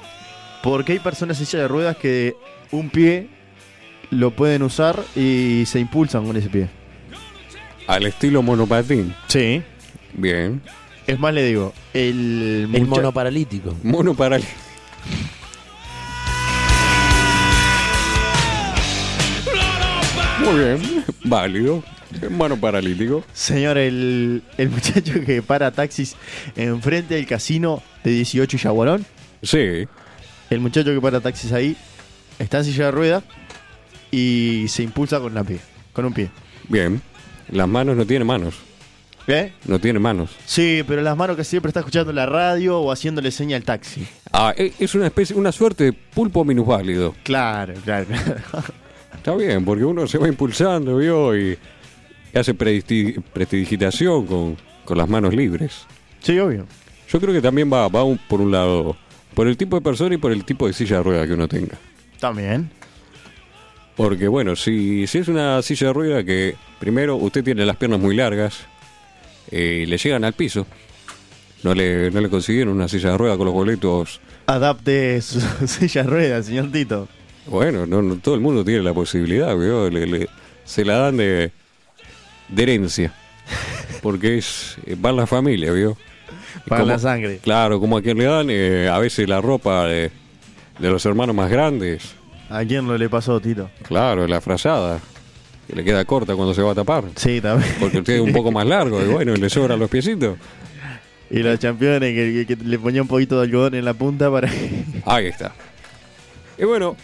Porque hay personas en silla de ruedas que un pie lo pueden usar y se impulsan con ese pie. Al estilo monopatín. Sí. Bien. Es más, le digo, el, El mucha- monoparalítico. Mono paral- Muy bien, válido. Mano paralítico. Señor, el, el muchacho que para taxis enfrente del casino de 18 y Yaguarón, Sí. el muchacho que para taxis ahí está en silla de rueda y se impulsa con la pie, con un pie. Bien. Las manos no tiene manos. ¿Eh? No tiene manos. Sí, pero las manos que siempre está escuchando la radio o haciéndole seña al taxi. Ah, e- es una especie, una suerte de pulpo minusválido. Claro, claro. Está bien, porque uno se va impulsando, ¿vio? Y y hace predisti- prestidigitación con, con las manos libres. sí, obvio. Yo creo que también va, va un- por un lado, por el tipo de persona y por el tipo de silla de rueda que uno tenga. También. Porque bueno, si, si es una silla de rueda que primero usted tiene las piernas muy largas, eh, le llegan al piso, no le, no le consiguieron una silla de rueda con los boletos, Adapte su silla de rueda, señor Tito. bueno, no, no todo el mundo tiene la posibilidad, ¿vio? Le- le- se la dan de, de herencia, porque es eh, va en la familia, ¿vio? Es Para la sangre. Claro, como a quien le dan eh, a veces la ropa de, de los hermanos más grandes, ¿A quién no le pasó, Tito? claro, la frazada. que le queda corta cuando se va a tapar. Sí, también. Porque tiene un poco más largo y bueno, y le sobran los piecitos. Y los campeones que, que le ponía un poquito de algodón en la punta para. Ahí está. Y bueno,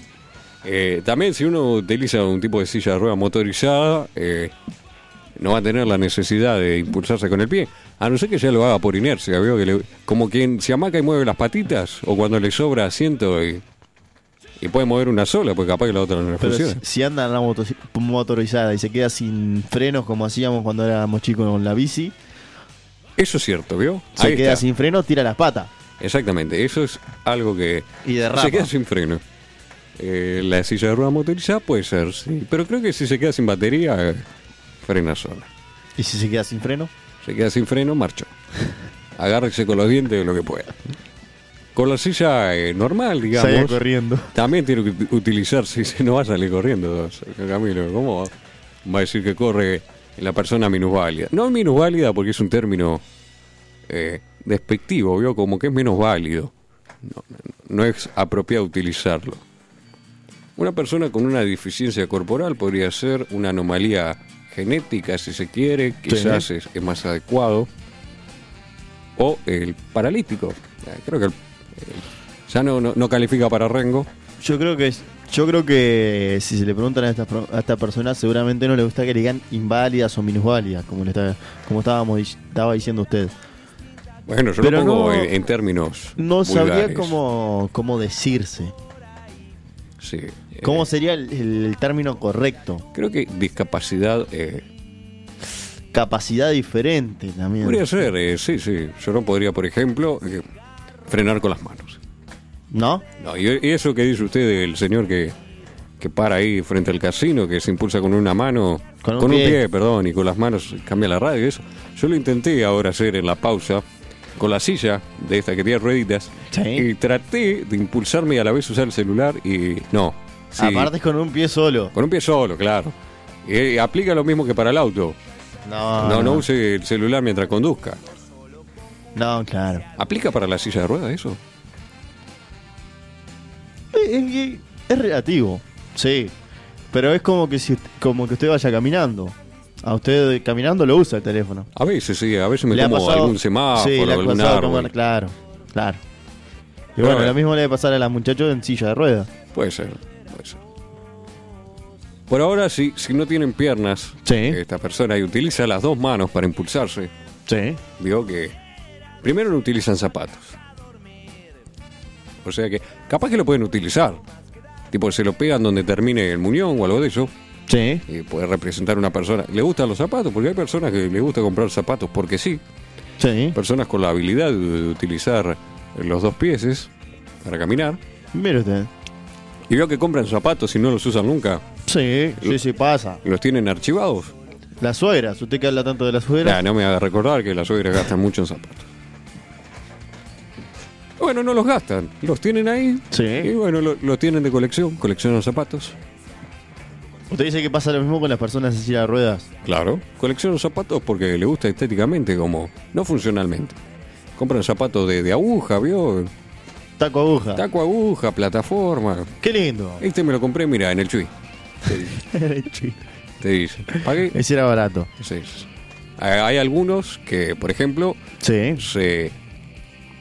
eh, también si uno utiliza un tipo de silla de rueda motorizada, eh, no va a tener la necesidad de impulsarse con el pie. A no ser que ya lo haga por inercia, veo que le- como quien se amaca y mueve las patitas, o cuando le sobra asiento y, y puede mover una sola, porque capaz que la otra no le Pero si, funciona. si anda en la moto- motorizada y se queda sin frenos como hacíamos cuando éramos chicos con la bici, Eso es cierto, ¿vio? se Ahí queda está. sin frenos, tira las patas. Exactamente, eso es algo que Y derrapa. se queda sin freno. Eh, la silla de rueda motorizada puede ser, sí, pero creo que si se queda sin batería, eh, frena sola. Y si se queda sin freno, Se queda sin freno, marchó. Agárrese con los dientes de lo que pueda. Con la silla eh, normal, sale digamos, corriendo. también tiene que ut- utilizar, si se- no va a salir corriendo, eh, Camilo, ¿cómo va? va a decir que corre la persona minusválida? No minusválida porque es un término eh, despectivo, ¿vio? Como que es menos válido. No, no es apropiado utilizarlo. Una persona con una deficiencia corporal podría ser una anomalía genética, si se quiere, quizás es, es más adecuado. O el paralítico. Eh, Creo que el- el- ya no, no- no califica para Rengo. Yo creo que yo creo que si se le preguntan a esta, pro- a esta persona, seguramente no le gusta que le digan inválidas o minusválidas, como le está, como estábamos dic- estaba diciendo usted. Bueno, yo Pero lo pongo no- en, en términos. No sabría vulgares. cómo, cómo decirse. Sí, eh, ¿Cómo sería el, el término correcto? Creo que discapacidad. eh, Capacidad diferente también. podría ser, eh, sí, sí. Yo no podría, por ejemplo, eh, frenar con las manos. ¿No? No, y, y eso que dice usted del señor que, que para ahí frente al casino, que se impulsa con una mano, Con un un pie. pie, perdón, y con las manos cambia la radio, eso. Yo lo intenté ahora hacer en la pausa con la silla de esta que tiene rueditas Sí. y traté de impulsarme y a la vez usar el celular y no. sí, Aparte es con un pie solo. Con un pie solo, claro. Y aplica lo mismo que para el auto. No, no, no use el celular mientras conduzca. No, claro. ¿Aplica para la silla de ruedas eso? Es, es- es relativo, sí. Pero es como que si como que usted vaya caminando. A usted eh, caminando lo usa el teléfono. A veces sí, a veces me como algún semáforo, Sí, le ha algún pasado árbol. comer- claro, claro. Y Pero bueno, bueno. lo mismo le debe pasar a las muchachos en silla de ruedas. Puede ser, puede ser. Por ahora, si, si no tienen piernas, Sí. esta persona y utiliza las dos manos para impulsarse, Sí. vio que primero no utilizan zapatos. O sea que capaz que lo pueden utilizar. Tipo, se lo pegan donde termine el muñón o algo de eso. Sí. Y puede representar una persona. ¿Le gustan los zapatos? Porque hay personas que le gusta comprar zapatos porque sí. Sí. Personas con la habilidad de de utilizar los dos pies para caminar. Mire usted. Y veo que compran zapatos y no los usan nunca. Sí, sí, sí, pasa. ¿Los tienen archivados? Las suegras, usted que habla tanto de las suegras. Nah, no me haga recordar que las suegras gastan mucho en zapatos. Bueno, no los gastan, los tienen ahí. Sí. Y bueno, lo- los tienen de colección, coleccionan zapatos. Usted dice que pasa lo mismo con las personas en silla de ruedas. Claro. Coleccionan zapatos porque le gusta estéticamente, como no funcionalmente. Compran zapatos de, de aguja, ¿vio? Taco aguja. Taco aguja, plataforma. Qué lindo. Este me lo compré, mira, en el Chuy. Sí. Te dice. Pagué. Ese era barato. Sí. Hay hay algunos que, por ejemplo, Sí. se,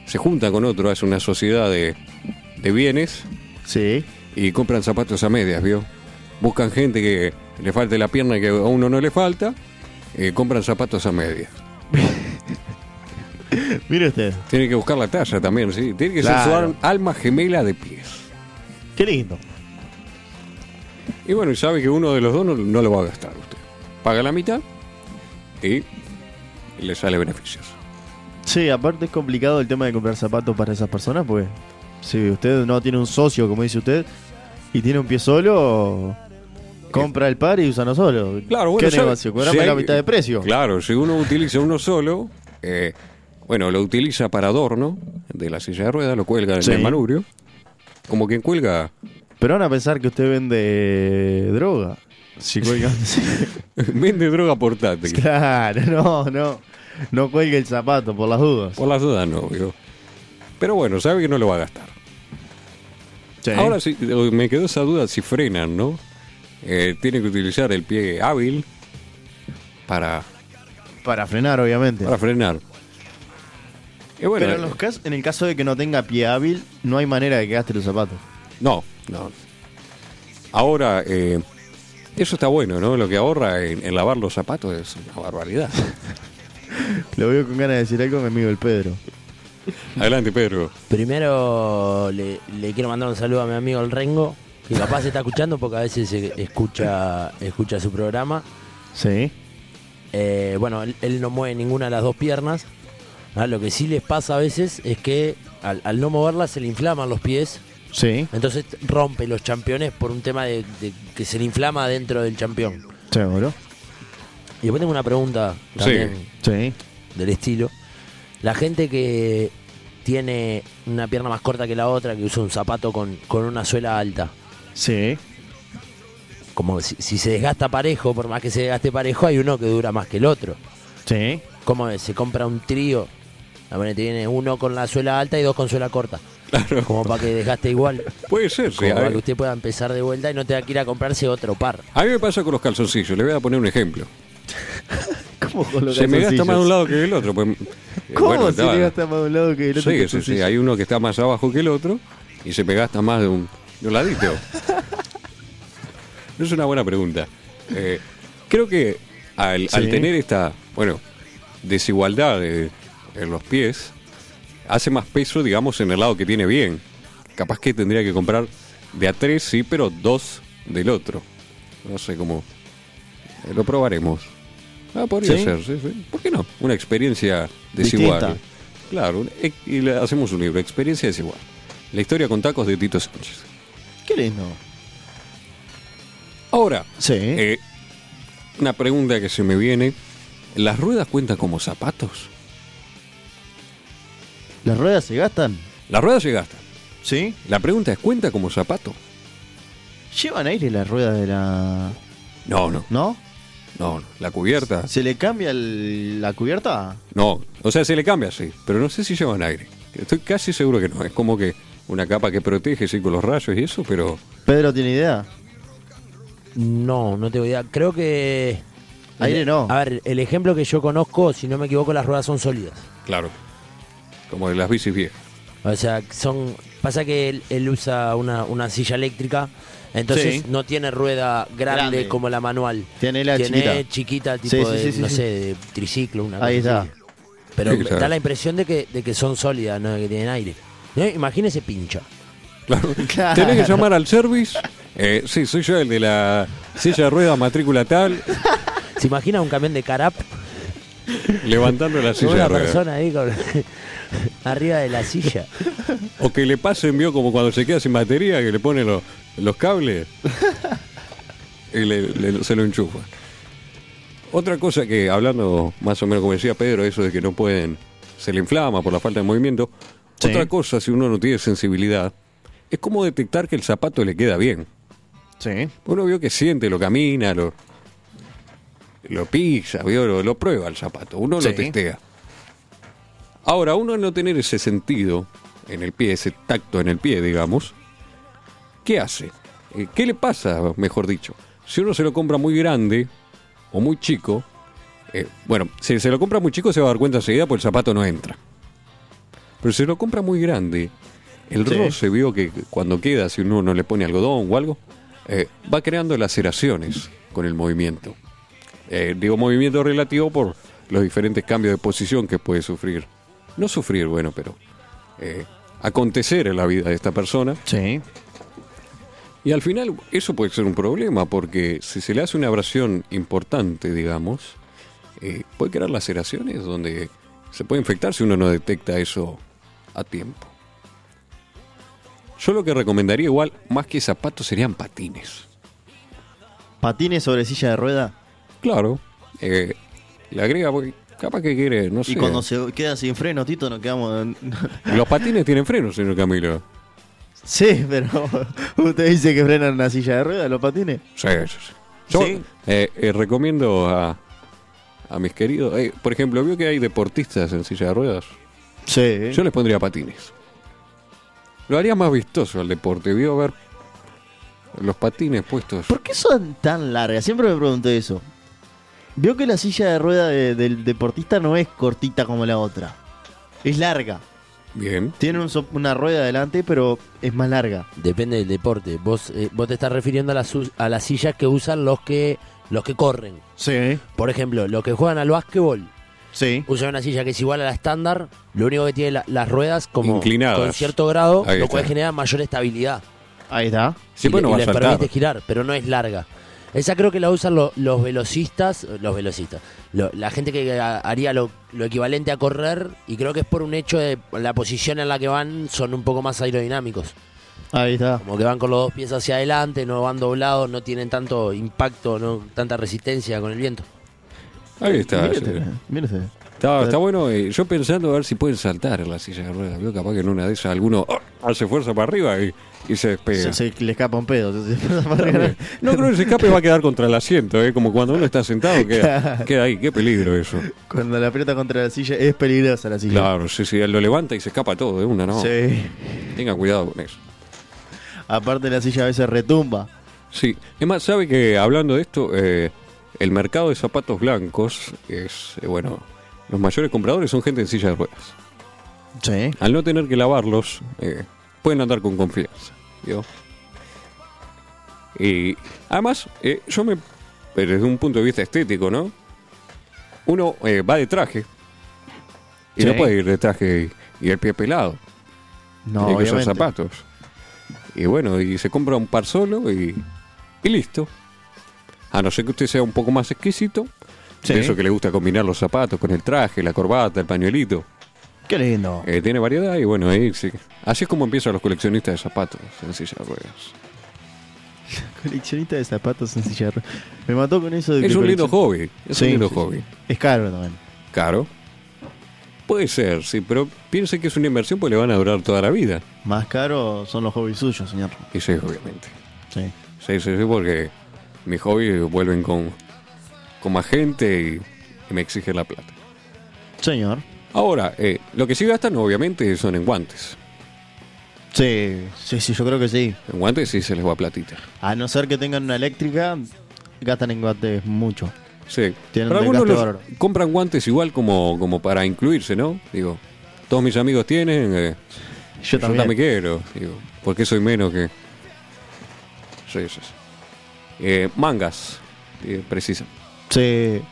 se juntan con otro, hace una sociedad de, de bienes Sí. y compran zapatos a medias, ¿vio? Buscan gente que le falte la pierna que a uno no le falta, eh, compran zapatos a medias. Mire usted. Tienen que buscar la talla también, ¿sí? Tiene que Claro. ser su al- alma gemela de pies. Qué lindo. Y bueno, y sabe que uno de los dos no, no lo va a gastar usted. Paga la mitad y le sale beneficios. Sí, aparte es complicado el tema de comprar zapatos para esas personas, pues. Si usted no tiene un socio, como dice usted, y tiene un pie solo, compra el par y usa uno solo. Claro, bueno, ¿Qué ya- negocio? si Cobrame hay- la mitad de precio. Claro, si uno utiliza uno solo, eh, bueno, lo utiliza para adorno de la silla de ruedas, lo cuelga Sí. en el manubrio, como quien cuelga Pero van a pensar que usted vende droga. Si cuelga. vende droga portátil. claro, no, no. No cuelgue el zapato, por las dudas. Por las dudas no, digo. Pero bueno, sabe que no lo va a gastar. Sí. Ahora sí, eh, me quedó esa duda si frenan, ¿no? eh, tiene que utilizar el pie hábil para, Para frenar, obviamente. para frenar. Y bueno, Pero en, los cas- en el caso de que no tenga pie hábil, no hay manera de que gaste los zapatos. No, no. Ahora, eh, eso está bueno, ¿no? Lo que ahorra en, en lavar los zapatos es una barbaridad. Lo veo con ganas de decir algo a mi amigo el Pedro. Adelante, Pedro. Primero le, le quiero mandar un saludo a mi amigo el Rengo, que capaz está escuchando porque a veces eh, escucha, escucha su programa. Sí. Eh, bueno, él, él no mueve ninguna de las dos piernas. Ah, Lo que sí les pasa a veces es que al, al no moverlas se le inflaman los pies. Sí. Entonces rompe los championes por un tema de, de que se le inflama dentro del champión. Seguro. Y después tengo una pregunta Sí. también Sí. del estilo. La gente que tiene una pierna más corta que la otra, que usa un zapato con, con una suela alta, Sí. como si, si se desgasta parejo, por más que se desgaste parejo, hay uno que dura más que el otro. Sí. ¿Cómo es? Se compra un trío. A ver, tiene uno con la suela alta y dos con suela corta. Claro. Como para que desgaste igual. Puede ser, sí. Como A, para que ver, usted pueda empezar de vuelta y no tenga que ir a comprarse otro par. a mí me pasa con los calzoncillos, le voy a poner un ejemplo. ¿Cómo con los Se me gasta calzoncillos? más de un lado que del otro. pues, eh, ¿Cómo bueno, se le está- gasta más de un lado que del otro? Sí, sí, sí, calzoncillo? hay uno que está más abajo que el otro y se me gasta más de un, de un ladito. No es una buena pregunta. Eh, creo que al, al Sí. tener esta, bueno, desigualdad de- en los pies, hace más peso, digamos, en el lado que tiene bien. Capaz que tendría que comprar de a tres, sí, pero dos del otro. No sé cómo. Eh, lo probaremos. Ah, podría ¿Sí? ser, sí, sí. ¿Por qué no? Una experiencia desigual. Distinta. Claro, un- e- y le hacemos un libro, Experiencia desigual. La historia con tacos de Tito Sánchez. Qué lindo. Ahora, Sí. eh, una pregunta que se me viene. ¿Las ruedas cuentan como zapatos? ¿Las ruedas se gastan? Las ruedas se gastan. Sí. La pregunta es, ¿cuenta como zapato? ¿Llevan aire las ruedas de la. No, no, ¿No? no, no. ¿La cubierta? ¿Se le cambia el- la cubierta? No, o sea, se le cambia, sí, pero no sé si llevan aire. Estoy casi seguro que no. Es como que una capa que protege, sí, con los rayos y eso, pero... ¿Pedro tiene idea? No, no tengo idea. Creo que. Aire no. A ver, el ejemplo que yo conozco, si no me equivoco, las ruedas son sólidas. Claro. Como de las bicis viejas. O sea, son. Pasa que él, él usa una, una silla eléctrica, entonces Sí. no tiene rueda grande, Grande. como la manual. Tiene la chiquita. tipo Sí, sí, de, sí, sí, no sí. sé, de triciclo, una Ahí cosa está. así. Pero Sí, me- claro. da la impresión de que, de que son sólidas, no de que tienen aire. ¿No? Imagínese pincha. Claro. Claro. Tenés que llamar al service. Eh, sí, soy yo el de la silla de ruedas matrícula tal, ¿Se imagina un camión de carap levantando la con silla de una ruedas. persona ahí con- arriba de la silla? O que le pasen, vio, como cuando se queda sin batería, que le pone lo- los cables y le- le- se lo enchufa. Otra cosa que, hablando más o menos como decía Pedro, eso de que no pueden, se le inflama por la falta de movimiento. Sí. Otra cosa, si uno no tiene sensibilidad, es como detectar que el zapato le queda bien. Sí. Pues Uno vio que siente, lo camina, lo, lo pisa, vio, lo, lo prueba el zapato, uno Sí. lo testea. Ahora, uno al no tener ese sentido en el pie, ese tacto en el pie, digamos, ¿qué hace? Eh, ¿Qué le pasa, mejor dicho? Si uno se lo compra muy grande o muy chico, eh, bueno, si se lo compra muy chico se va a dar cuenta enseguida porque el zapato no entra. Pero si lo compra muy grande, el Sí. roce vio que cuando queda, si uno no le pone algodón o algo, eh, va creando laceraciones con el movimiento. Eh, digo movimiento relativo por los diferentes cambios de posición que puede sufrir. No sufrir, bueno, pero eh, acontecer en la vida de esta persona. Sí. Y al final eso puede ser un problema, porque si se le hace una abrasión importante, digamos, eh, puede crear laceraciones donde se puede infectar si uno no detecta eso a tiempo. Yo lo que recomendaría igual, más que zapatos, serían patines. ¿Patines sobre silla de rueda? Claro. eh, le agrega, porque capaz que quiere, no sé. Y cuando se queda sin freno, Tito, nos quedamos. Los patines tienen frenos, señor Camilo. sí, pero. ¿Usted dice que frenan una silla de rueda los patines? Sí, sí, sí. Yo Sí. eh, eh, recomiendo a, a mis queridos. eh, por ejemplo, vio que hay deportistas en silla de ruedas. Sí. Yo les pondría patines. Lo haría más vistoso al deporte. Vio ver Los patines puestos. ¿Por qué son tan largas? Siempre me pregunto eso. Veo que la silla de rueda de- del deportista no es cortita como la otra. Es larga. Bien. Tiene un so- una rueda adelante, pero es más larga. Depende del deporte. Vos, eh, vos te estás refiriendo a las, us- a las sillas que usan los que, los que corren. Sí. Por ejemplo, los que juegan al básquetbol Sí. usan una silla que es igual a la estándar. Lo único que tiene la- las ruedas como Inclinadas. con cierto grado, Ahí lo está. cual genera mayor estabilidad. Ahí está. Sí, y pues no le- y va a les saltar. permite girar, pero no es larga. Esa creo que la usan lo- los velocistas, los velocistas, lo- la gente que ha- haría lo, lo equivalente a correr y creo que es por un hecho de la posición en la que van son un poco más aerodinámicos, Ahí está. como que van con los dos pies hacia adelante, no van doblados, no tienen tanto impacto, no tanta resistencia con el viento. Ahí está. Mírate, Ah, sí. mírate. Está, está bueno. eh, yo pensando a ver si pueden saltar en la silla de ruedas. Veo capaz que en una de esas alguno ah, hace fuerza para arriba y, y se despega. Se, se le escapa un pedo. se- se- No creo que ese escape va a quedar contra el asiento, ¿eh? como cuando uno está sentado queda, queda ahí. Qué peligro eso. Cuando la aprieta contra la silla, es peligrosa la silla. Claro, sí, sí, él lo levanta y se escapa todo de una, ¿no? Sí. Tenga cuidado con eso. Aparte la silla a veces retumba. Sí, es más, sabe que hablando de esto, eh, el mercado de zapatos blancos es, eh, bueno, los mayores compradores son gente en silla de ruedas. Sí. Al no tener que lavarlos, eh, pueden andar con confianza. ¿vio? Y además, eh, yo me. pero Desde un punto de vista estético, ¿no? Uno eh, va de traje. Y Sí. no puede ir de traje y, y el pie pelado. No, Tiene que usar obviamente. zapatos. Y bueno, y se compra un par solo y, y listo. A no ser que usted sea un poco más exquisito. Sí. De eso que le gusta combinar los zapatos con el traje, la corbata, el pañuelito. Qué lindo. Eh, tiene variedad y bueno, ahí sí. Así es como empiezan los coleccionistas de zapatos en silla de ruedas. Coleccionista de zapatos en silla de ruedas. Me mató con eso de que Es un lindo coleccion- hobby. Es un Sí, lindo sí, sí. hobby. Es caro también. Caro. Puede ser, sí, pero piense que es una inversión pues le van a durar toda la vida. Más caro son los hobbies suyos, señor. Y sí, obviamente. Sí. Sí, sí, sí, porque mis hobbies vuelven con, con más gente y, y me exige la plata. Señor. Ahora, eh, lo que sí gastan obviamente son en guantes. Sí, sí, sí, yo creo que sí. En guantes sí se les va platita. A no ser que tengan una eléctrica, gastan en guantes mucho. Sí. Pero Tienen un algunos desgaste los- bárbaro. compran guantes igual como, como para incluirse, ¿no? Digo, todos mis amigos tienen, eh, Yo yo también, también. quiero. Digo, ¿por qué soy menos que...? Sí, sí, sí. Eh, mangas, eh, precisa. Sí. Debe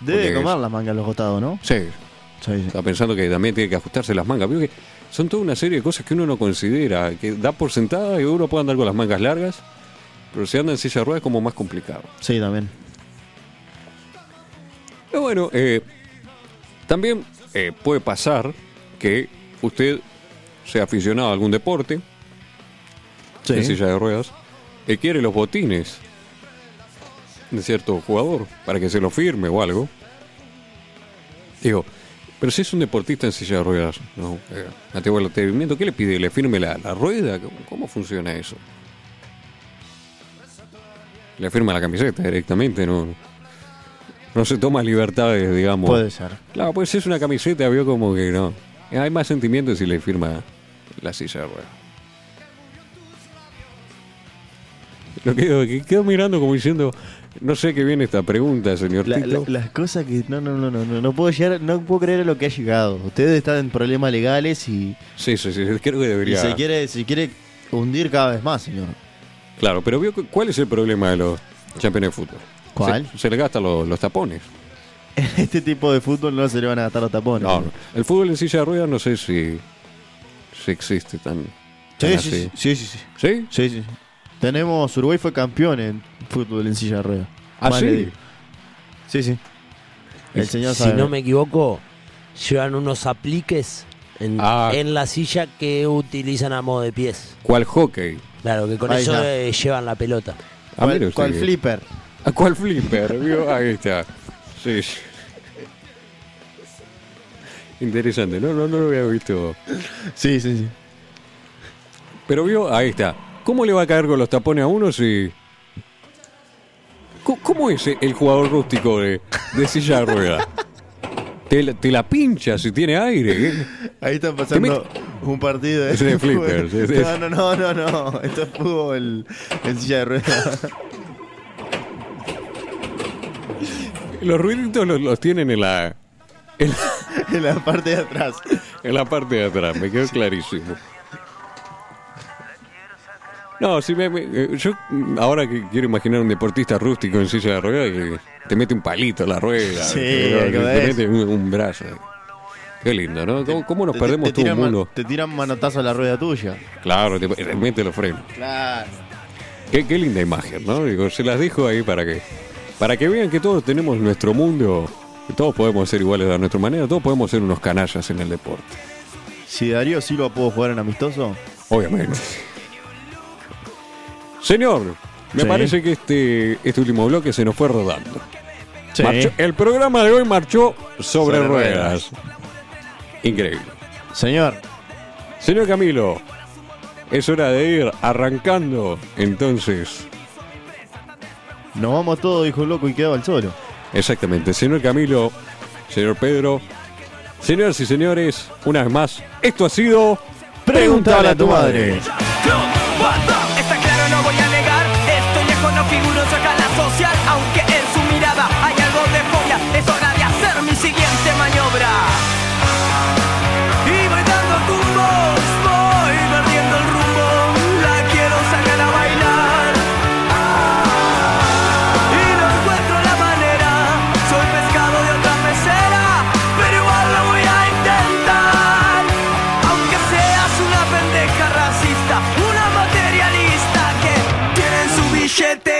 Porque comer es- las mangas a los costados, ¿no? Sí, Sí, sí. Estaba pensando que también tiene que ajustarse las mangas. Vio que son toda una serie de cosas que uno no considera, que da por sentada y uno puede andar con las mangas largas, pero si anda en silla de ruedas es como más complicado. Sí, también. Pero bueno, eh, también eh, puede pasar que usted sea aficionado a algún deporte en Sí. silla de ruedas y quiere los botines de cierto jugador para que se lo firme o algo. Digo, pero si es un deportista en silla de ruedas, ¿no? Eh, ateo al atrevimiento, ¿qué le pide? ¿Le firme la, la rueda? ¿Cómo, cómo funciona eso? Le firma la camiseta directamente, ¿no? No se toma libertades, digamos. Puede ser. Claro, pues si es una camiseta, vio como que no. Hay más sentimientos si le firma la silla de ruedas. Lo quedo, que- quedo mirando como diciendo, no sé qué viene esta pregunta, señor La- la- Tito. las cosas que no no no no no no puedo llegar no puedo creer a lo que ha llegado ustedes están en problemas legales y, Sí, sí, sí, creo que y debería. se quiere se quiere hundir cada vez más señor Claro, pero vio cu- cuál es el problema de los campeones de fútbol. ¿Cuál? Se, se le gastan los, los tapones. en este tipo de fútbol no se le van a gastar los tapones No, no. el fútbol en silla de ruedas no sé si, si existe tan, tan así. sí, sí, sí sí sí ¿Sí? sí sí tenemos Uruguay fue campeón en fútbol en silla de ruedas Ah, Más sí. le digo. sí sí el señor si sabe no me equivoco, llevan unos apliques en, Ah. en la silla que utilizan a modo de pies. ¿Cuál hockey? Claro, que con Ahí eso está. eh, llevan la pelota. Ah, ¿Cuál- mire usted cuál que- flipper ¿A cuál flipper? vio? Ahí está. Sí. sí. Interesante, no, no, no lo había visto. sí sí sí Pero vio, ahí está. ¿Cómo le va a caer con los tapones a uno si... Co- ¿Cómo es el jugador rústico de, de silla de rueda? Te, la- te la pincha si tiene aire. ¿eh? ahí están Te, met- pasando Un partido de. Es de flippers, es- es- No, no, no, no, no. Esto es fútbol en silla de ruedas. Los ruiditos los, los tienen en la, en la en la parte de atrás. en la parte de atrás, me quedó clarísimo. No, si me, me- eh, yo mm, ahora que quiero imaginar un deportista rústico en silla de ruedas que te mete un palito a la rueda, Sí, te, ¿cómo te es? mete un, un brazo. Qué lindo, ¿no? ¿Cómo, cómo nos Te- perdemos te todo tiran un ma- mundo? Te tiran manotazo a la rueda tuya. Claro, te, te mete los frenos. Claro. Qué, qué linda imagen, ¿no? Digo, se las dejo ahí para que, para que vean que todos tenemos nuestro mundo, que todos podemos ser iguales a nuestra manera, todos podemos ser unos canallas en el deporte. Si Darío Silva pudo jugar en amistoso, Obviamente. Señor, me Sí. parece que este, este último bloque se nos fue rodando. Sí. Marchó- el programa de hoy marchó sobre, Sobre ruedas. ruedas. Increíble. señor, Señor Camilo, es hora de ir arrancando entonces. nos vamos todos, dijo el loco, y quedaba el solo. Exactamente, señor Camilo, señor Pedro, señoras y señores, una vez más, esto ha sido... Pregúntale a tu madre. Club, what the? Está claro, no voy a negar. Estoy lejos, no figuro en su escala social. Aunque en su mirada hay algo de fobia. Es hora de hacer mi siguiente maniobra. Y voy dando tumbos, voy perdiendo el rumbo. La quiero sacar a bailar. Y no encuentro la manera. Soy pescado de otra pecera. Pero igual lo voy a intentar. Aunque seas una pendeja racista, una materialista que tiene en su billete